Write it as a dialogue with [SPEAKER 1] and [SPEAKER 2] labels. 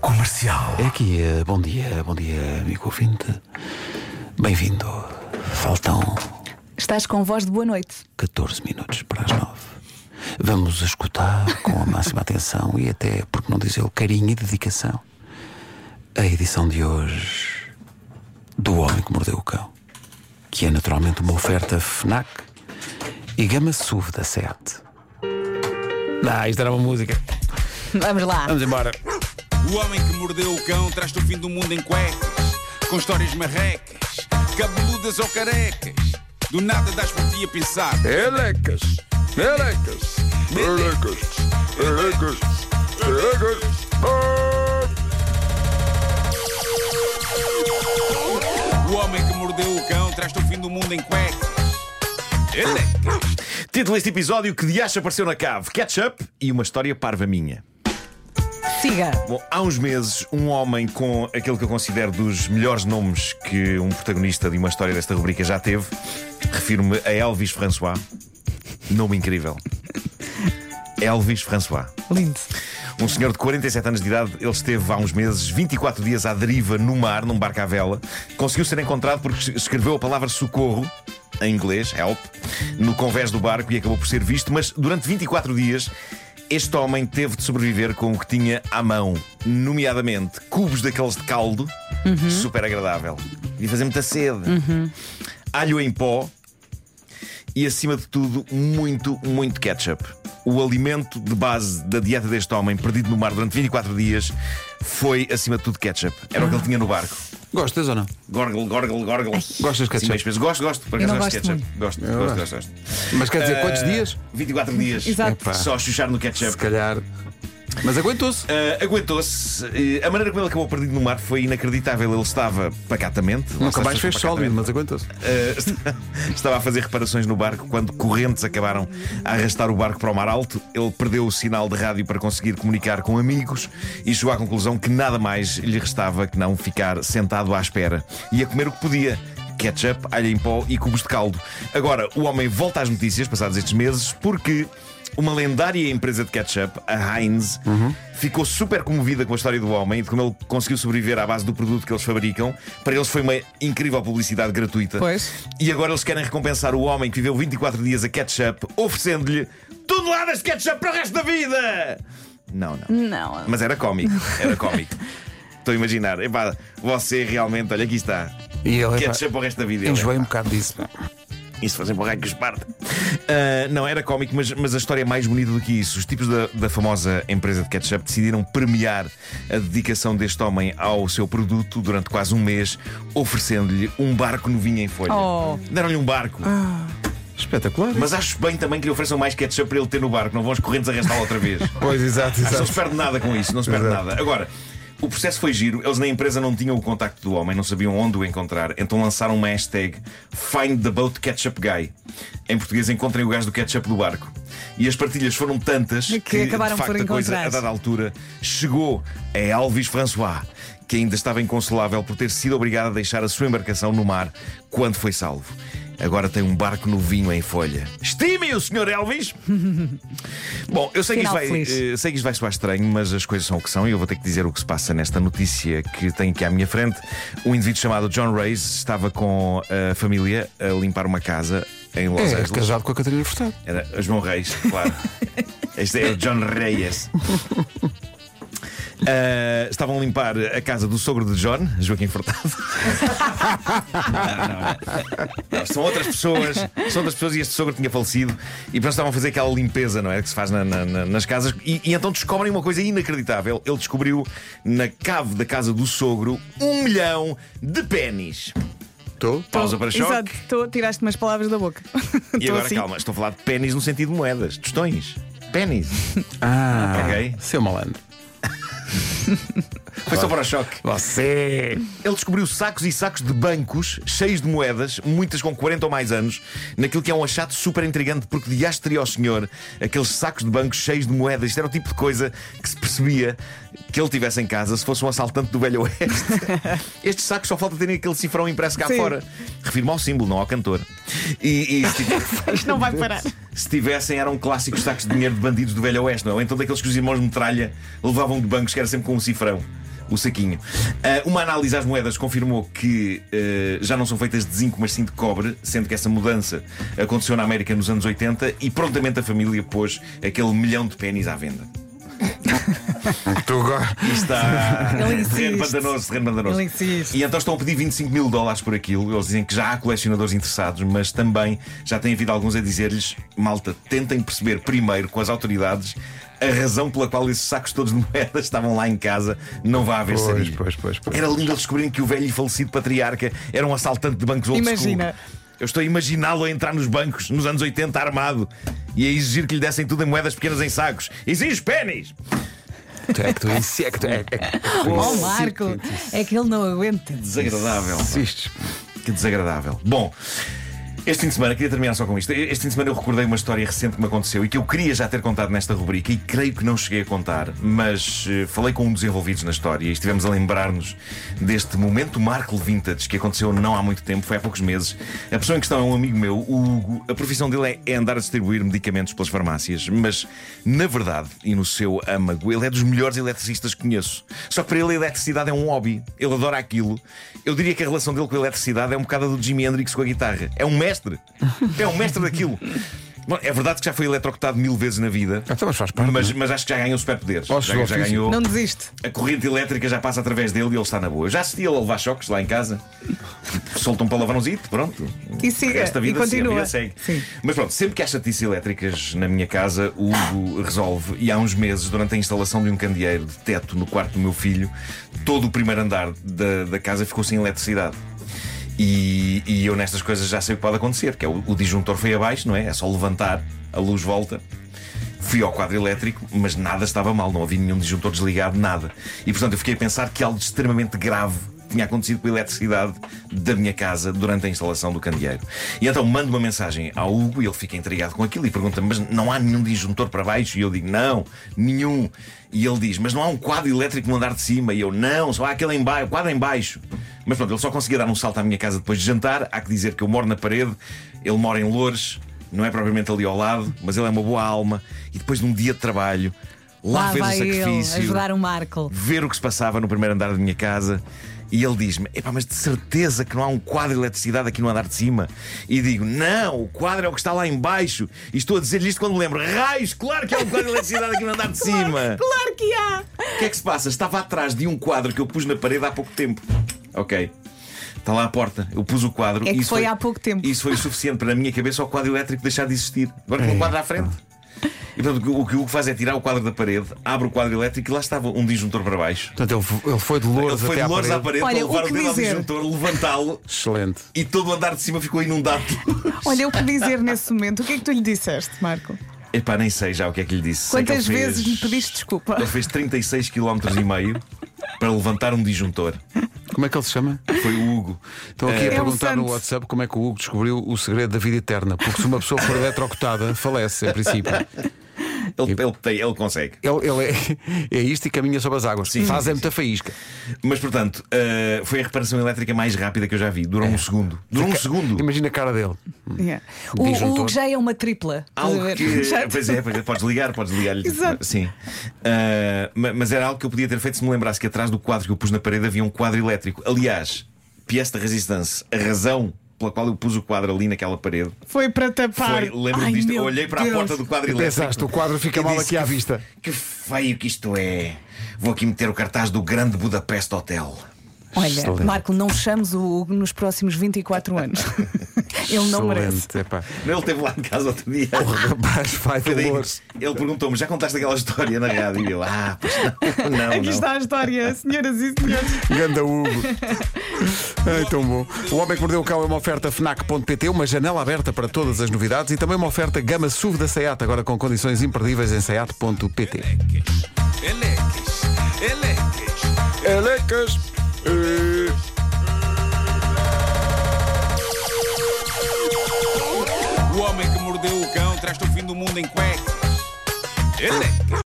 [SPEAKER 1] Comercial.
[SPEAKER 2] É aqui, eh, bom dia, bom dia, amigo ouvinte. Bem-vindo. Faltam
[SPEAKER 3] Estás com voz de boa noite.
[SPEAKER 2] 14 minutos para as 9. Vamos escutar com a máxima atenção e até, porque não dizer, carinho e dedicação, a edição de hoje do Homem que Mordeu o Cão, que é naturalmente uma oferta FNAC e Gama SUV da SEAT. Ah, isto era uma música.
[SPEAKER 3] Vamos lá.
[SPEAKER 2] Vamos embora.
[SPEAKER 4] O homem que mordeu o cão traz-te o fim do mundo em cuecas, com histórias marrecas, cabeludas ou carecas. Do nada das por ti a pensar.
[SPEAKER 5] É? Elecas, elecas, elecas, elecas, elecas.
[SPEAKER 4] O homem que mordeu o cão traz-te o fim do mundo em cuecas. Ele
[SPEAKER 1] Título deste episódio: Que de acha apareceu na cave? Ketchup e uma história parva minha.
[SPEAKER 3] Siga.
[SPEAKER 1] Bom, há uns meses, um homem com aquele que eu considero dos melhores nomes que um protagonista de uma história desta rubrica já teve, refiro-me a Elvis François. Nome incrível. Elvis François.
[SPEAKER 3] Lindo.
[SPEAKER 1] Um senhor de 47 anos de idade, ele esteve há uns meses 24 dias à deriva no mar, num barco à vela. Conseguiu ser encontrado porque escreveu a palavra socorro, em inglês, help, no convés do barco e acabou por ser visto. Mas durante 24 dias, este homem teve de sobreviver com o que tinha à mão, nomeadamente cubos daqueles de caldo, super agradável. Devia fazer muita sede. Alho em pó, e, acima de tudo, muito, muito ketchup. O alimento de base da dieta deste homem, perdido no mar durante 24 dias, foi, acima de tudo, ketchup. Era o que ele tinha no barco.
[SPEAKER 2] Gostas ou não?
[SPEAKER 1] Gorgle, gorgle, gorgle.
[SPEAKER 2] Gostas de
[SPEAKER 1] Assim,
[SPEAKER 2] ketchup?
[SPEAKER 1] meio espesso. Gosto, gosto. Por
[SPEAKER 3] Eu
[SPEAKER 1] acaso
[SPEAKER 3] não
[SPEAKER 1] gosto de
[SPEAKER 3] gosto
[SPEAKER 1] ketchup. Gosto, gosto, gosto, gosto.
[SPEAKER 2] Mas quer dizer, quantos
[SPEAKER 1] Ah,
[SPEAKER 2] dias?
[SPEAKER 1] 24 dias.
[SPEAKER 3] Exato.
[SPEAKER 2] Epá.
[SPEAKER 1] Só a chuchar no ketchup.
[SPEAKER 2] Se calhar. É. Mas aguentou-se.
[SPEAKER 1] Ah, Aguentou-se. Eh, a maneira como ele acabou perdido no mar foi inacreditável. Ele estava pacatamente. Lá
[SPEAKER 2] Nunca
[SPEAKER 1] está,
[SPEAKER 2] mais
[SPEAKER 1] estava
[SPEAKER 2] fez sólido,
[SPEAKER 1] pacatamente.
[SPEAKER 2] mas aguentou-se.
[SPEAKER 1] Uh, est- estava a fazer reparações no barco quando correntes acabaram a arrastar o barco para o mar alto. Ele perdeu o sinal de rádio para conseguir comunicar com amigos e chegou à conclusão que nada mais lhe restava que não ficar sentado à espera e a comer o que podia. Ketchup, alho em pó e cubos de caldo. Agora, o homem volta às notícias passados estes meses porque uma lendária empresa de ketchup, a Heinz, ficou super comovida com a história do homem e de como ele conseguiu sobreviver à base do produto que eles fabricam. Para eles foi uma incrível publicidade gratuita.
[SPEAKER 3] Pois.
[SPEAKER 1] E agora eles querem recompensar o homem que viveu 24 dias a ketchup, oferecendo-lhe toneladas de ketchup para o resto da vida! Não, não.
[SPEAKER 3] Não.
[SPEAKER 1] Mas era cómico, era cómico. Estou a imaginar, epá, você realmente, olha, aqui está.
[SPEAKER 2] E ele, epá,
[SPEAKER 1] ketchup para o resto da vida. Ele,
[SPEAKER 2] Enjoei um bocado disso.
[SPEAKER 1] isso fazem para o raio que os parte. Ah, não, era cómico, mas, mas a história é mais bonita do que isso. Os tipos da, da famosa empresa de ketchup decidiram premiar a dedicação deste homem ao seu produto durante quase um mês, oferecendo-lhe um barco novinho em folha.
[SPEAKER 3] Oh.
[SPEAKER 1] Deram-lhe um barco.
[SPEAKER 2] Espetacular.
[SPEAKER 1] Mas acho bem também que lhe ofereçam mais ketchup para ele ter no barco, não vão os correntes arrastá-lo outra vez.
[SPEAKER 2] Pois, exato,
[SPEAKER 1] Acho que não se perde nada com isso, não se perde nada. Agora, o processo foi giro, eles na empresa não tinham o contacto do homem, não sabiam onde o encontrar, então lançaram uma hashtag Find the Boat Ketchup Guy. Em português, encontrem o gajo do ketchup do barco. E as partilhas foram tantas que,
[SPEAKER 3] acabaram
[SPEAKER 1] de facto,
[SPEAKER 3] por
[SPEAKER 1] a coisa,
[SPEAKER 3] encontrar.
[SPEAKER 1] a dada altura, chegou a Elvis François, que ainda estava inconsolável por ter sido obrigado a deixar a sua embarcação no mar quando foi salvo. Agora tem um barco novinho em folha. Estime o Sr. Elvis! Bom, eu sei que, isto
[SPEAKER 3] Final
[SPEAKER 1] vai,
[SPEAKER 3] feliz.
[SPEAKER 1] eh, sei que isto vai soar estranho, mas as coisas são o que são e eu vou ter que dizer o que se passa nesta notícia que tenho aqui à minha frente. Um indivíduo chamado John Reyes estava com a família a limpar uma casa em Los
[SPEAKER 2] É,
[SPEAKER 1] Angeles.
[SPEAKER 2] casado com a Catarina Furtado.
[SPEAKER 1] Era João Reis, claro. este é o John Reyes. Ah, estavam a limpar a casa do sogro de John, Joaquim Furtado. não, não, não. São outras pessoas, são outras pessoas e este sogro tinha falecido. E pronto, estavam a fazer aquela limpeza, não é? Que se faz na- na- na- nas casas. E, e então descobrem uma coisa inacreditável. Ele descobriu na cave da casa do sogro um milhão de pênis.
[SPEAKER 2] Estou.
[SPEAKER 1] Pausa para choque.
[SPEAKER 3] Exato. Tô, tiraste umas palavras da boca.
[SPEAKER 1] E
[SPEAKER 3] Tô
[SPEAKER 1] agora
[SPEAKER 3] assim.
[SPEAKER 1] calma, estou a falar de pênis no sentido de moedas, tostões. Pênis.
[SPEAKER 2] Ah,
[SPEAKER 1] Ok.
[SPEAKER 2] seu malandro.
[SPEAKER 1] Foi só para o choque.
[SPEAKER 2] Você.
[SPEAKER 1] Ele descobriu sacos e sacos de bancos cheios de moedas, muitas com 40 ou mais anos, naquilo que é um achado super intrigante, porque de teria ao senhor aqueles sacos de bancos cheios de moedas. Isto era o tipo de coisa que se percebia que ele tivesse em casa se fosse um assaltante do Velho Oeste. Estes sacos só falta terem aquele cifrão impresso cá
[SPEAKER 3] Sim.
[SPEAKER 1] fora. Refirma ao símbolo, não ao cantor. E, tipo, e se tiver-
[SPEAKER 3] Isto não vai parar.
[SPEAKER 1] se tivessem, eram clássicos sacos de dinheiro de bandidos do Velho Oeste, não é? Ou Então daqueles que os irmãos Metralha levavam de bancos, que era sempre com um cifrão. o saquinho. Ah, uma análise às moedas confirmou que eh, já não são feitas de zinco, mas sim de cobre, sendo que essa mudança aconteceu na América nos anos 80 e prontamente a família pôs aquele milhão de pênis à venda.
[SPEAKER 5] Tu agora.
[SPEAKER 1] Está
[SPEAKER 3] Ele insiste.
[SPEAKER 1] terreno pantanoso, terreno pantanoso.
[SPEAKER 3] Ele insiste.
[SPEAKER 1] E então estão a pedir 25 mil dólares por aquilo. Eles dizem que já há colecionadores interessados, mas também já tem havido alguns a dizer-lhes: malta, tentem perceber primeiro com as autoridades a razão pela qual esses sacos todos de moedas estavam lá em casa. Não vai haver
[SPEAKER 5] Pois,
[SPEAKER 1] sarilho.
[SPEAKER 5] pois, pois, pois.
[SPEAKER 1] Era lindo eles descobrirem que o velho e falecido patriarca era um assaltante de bancos old
[SPEAKER 3] Imagina.
[SPEAKER 1] school. Eu estou a imaginá-lo a entrar nos bancos nos anos 80 armado e a exigir que lhe dessem tudo em moedas pequenas em sacos. Exige pênis!
[SPEAKER 2] É que tu insecto. É, é,
[SPEAKER 3] Oh, Marco, é que ele não aguenta.
[SPEAKER 1] Desagradável. pá.
[SPEAKER 5] Assistes.
[SPEAKER 1] Que desagradável. Bom. Este fim de semana, queria terminar só com isto. Este fim de semana eu recordei uma história recente que me aconteceu e que eu queria já ter contado nesta rubrica e creio que não cheguei a contar, mas eh, falei com um dos envolvidos na história e estivemos a lembrar-nos deste momento Marco Vintage que aconteceu não há muito tempo, foi há poucos meses. A pessoa em questão é um amigo meu, o Hugo. A profissão dele é é andar a distribuir medicamentos pelas farmácias, mas na verdade e no seu âmago, ele é dos melhores eletricistas que conheço. Só que para ele a eletricidade é um hobby, ele adora aquilo. Eu diria que a relação dele com a eletricidade é um bocado a do Jimi Hendrix com a guitarra. É um mestre, é um mestre daquilo. Bom, é verdade que já foi eletrocutado mil vezes na vida,
[SPEAKER 5] Então, mas faz parte.
[SPEAKER 1] mas,
[SPEAKER 5] não é?
[SPEAKER 1] mas acho que já ganhou superpoderes.
[SPEAKER 5] Ossos
[SPEAKER 1] Já,
[SPEAKER 5] do
[SPEAKER 1] já
[SPEAKER 5] ofício.
[SPEAKER 1] ganhou.
[SPEAKER 3] Não desiste.
[SPEAKER 1] A corrente elétrica já passa através dele e ele está na boa. Eu Já assisti ele a levar choques lá em casa. Solta um palavrãozito, pronto.
[SPEAKER 3] E siga,
[SPEAKER 1] Esta vida
[SPEAKER 3] e
[SPEAKER 1] sim,
[SPEAKER 3] continua.
[SPEAKER 1] a vida segue.
[SPEAKER 3] Sim.
[SPEAKER 1] Mas pronto, sempre que há chatices elétricas na minha casa, o Hugo resolve. E há uns meses, durante a instalação de um candeeiro de teto no quarto do meu filho, todo o primeiro andar da, da casa ficou sem eletricidade. E, e eu nestas coisas já sei o que pode acontecer, que é o, o disjuntor foi abaixo, não é? É só levantar, a luz volta. Fui ao quadro elétrico, mas nada estava mal, não havia nenhum disjuntor desligado, nada. E portanto eu fiquei a pensar que algo de extremamente grave tinha acontecido com a eletricidade da minha casa durante a instalação do candeeiro. E então mando uma mensagem ao Hugo e ele fica intrigado com aquilo e pergunta: Mas não há nenhum disjuntor para baixo? E eu digo: Não, nenhum. E ele diz: Mas não há um quadro elétrico no andar de cima? E eu: Não, só há aquele em baixo, quadro em baixo. Mas pronto, ele só conseguia dar um salto à minha casa depois de jantar. Há que dizer que eu moro na parede, ele mora em Loures, não é propriamente ali ao lado, mas ele é uma boa alma. E depois de um dia de trabalho, lá, fez o
[SPEAKER 3] vai ele
[SPEAKER 1] sacrifício,
[SPEAKER 3] ajudar o Marco.
[SPEAKER 1] ver o que se passava no primeiro andar da minha casa. E ele diz-me: Epá, mas de certeza que não há um quadro de eletricidade aqui no andar de cima? E digo: Não, o quadro é o que está lá em baixo. E estou a dizer-lhe isto quando me lembro: Raios, claro que há um quadro de eletricidade aqui no andar de cima.
[SPEAKER 3] Claro que há!
[SPEAKER 1] O que é que se passa? Estava atrás de um quadro que eu pus na parede há pouco tempo. Ok. Está lá à porta. Eu pus o quadro.
[SPEAKER 3] É que
[SPEAKER 1] e isso
[SPEAKER 3] foi há pouco tempo.
[SPEAKER 1] Isso foi o suficiente para, na minha cabeça, o quadro elétrico deixar de existir. Agora tem um quadro à frente. E portanto, o que o Hugo faz é tirar o quadro da parede, abre o quadro elétrico e lá estava um disjuntor para baixo.
[SPEAKER 2] Portanto, ele, f- ele foi de
[SPEAKER 1] Ele
[SPEAKER 2] Lourdes
[SPEAKER 1] foi
[SPEAKER 2] até
[SPEAKER 1] de
[SPEAKER 2] à
[SPEAKER 1] longe
[SPEAKER 2] parede.
[SPEAKER 1] à parede
[SPEAKER 3] Olha,
[SPEAKER 1] para levar
[SPEAKER 3] o
[SPEAKER 1] o,
[SPEAKER 3] que
[SPEAKER 1] dedo ao
[SPEAKER 3] dizer?
[SPEAKER 1] disjuntor, levantá-lo
[SPEAKER 2] Excelente.
[SPEAKER 1] e todo o andar de cima ficou inundado.
[SPEAKER 3] Olha, o que dizer nesse momento? O que é que tu lhe disseste, Marco?
[SPEAKER 1] Epá, nem sei já o que é que lhe disse. Sei que
[SPEAKER 3] Quantas
[SPEAKER 1] ele fez-
[SPEAKER 3] vezes me pediste desculpa?
[SPEAKER 1] Ele fez 36 km e meio para levantar um disjuntor.
[SPEAKER 2] Como é que ele se chama?
[SPEAKER 1] Foi o Hugo.
[SPEAKER 2] Estão aqui a
[SPEAKER 3] É um
[SPEAKER 2] perguntar no
[SPEAKER 3] santo.
[SPEAKER 2] WhatsApp como é que o Hugo descobriu o segredo da vida eterna. Porque se uma pessoa for eletrocutada, falece, em princípio.
[SPEAKER 1] Ele, ele, tem- ele consegue.
[SPEAKER 2] Ele, ele é, é isto e caminha sobre as águas.
[SPEAKER 1] Sim,
[SPEAKER 2] Faz
[SPEAKER 1] sim,
[SPEAKER 2] é muita faísca.
[SPEAKER 1] Mas portanto, uh, foi a reparação elétrica mais rápida que eu já vi. Durou um segundo. Durou um segundo.
[SPEAKER 2] Imagina a cara dele.
[SPEAKER 3] Yeah. O, o
[SPEAKER 2] Disjuntor.
[SPEAKER 3] Hugo já é uma tripla. estás a
[SPEAKER 1] Algo
[SPEAKER 3] ver?
[SPEAKER 1] que.
[SPEAKER 3] Já-
[SPEAKER 1] Pois é, pois é, podes ligar, podes ligar-lhe. tipo,
[SPEAKER 3] Exato.
[SPEAKER 1] Sim. Uh, ma- mas era algo que eu podia ter feito se me lembrasse que atrás do quadro que eu pus na parede havia um quadro elétrico. Aliás, pièce de resistência, a razão pela qual eu pus o quadro ali naquela parede
[SPEAKER 3] Foi para tapar.
[SPEAKER 1] foi. Lembro-me
[SPEAKER 3] Ai,
[SPEAKER 1] disto,
[SPEAKER 3] meu
[SPEAKER 1] eu olhei para
[SPEAKER 3] Deus.
[SPEAKER 1] a porta do quadro elétrico.
[SPEAKER 2] Pensaste, o quadro fica
[SPEAKER 1] E
[SPEAKER 2] mal
[SPEAKER 1] disse
[SPEAKER 2] aqui à
[SPEAKER 1] que-
[SPEAKER 2] vista.
[SPEAKER 1] Que feio que isto é. Vou aqui meter o cartaz do Grande Budapeste Hotel.
[SPEAKER 3] Olha,
[SPEAKER 2] Excelente.
[SPEAKER 3] Marco, não chames o Hugo nos próximos 24 anos. Ele não merece.
[SPEAKER 2] Excelente, epá.
[SPEAKER 1] Ele esteve lá em casa outro dia.
[SPEAKER 2] O rapaz vai de
[SPEAKER 1] Pedrinho,
[SPEAKER 2] Lourdes.
[SPEAKER 1] Ele perguntou-me: já contaste aquela história na rádio? E eu, ah, pois não. não,
[SPEAKER 3] Aqui
[SPEAKER 1] não.
[SPEAKER 3] está a história, senhoras e senhores.
[SPEAKER 2] Ganda Hugo. Ai, tão bom. O Homem que Mordeu o Cão é uma oferta FNAC.pt, uma janela aberta para todas as novidades e também uma oferta gama SUV da SEAT, agora com condições imperdíveis em SEAT.pt.
[SPEAKER 4] Elecas, elecas, elecas.
[SPEAKER 5] Elecas. eh,
[SPEAKER 4] O homem que mordeu o cão traz-te o fim do mundo em cuecas. Elecas.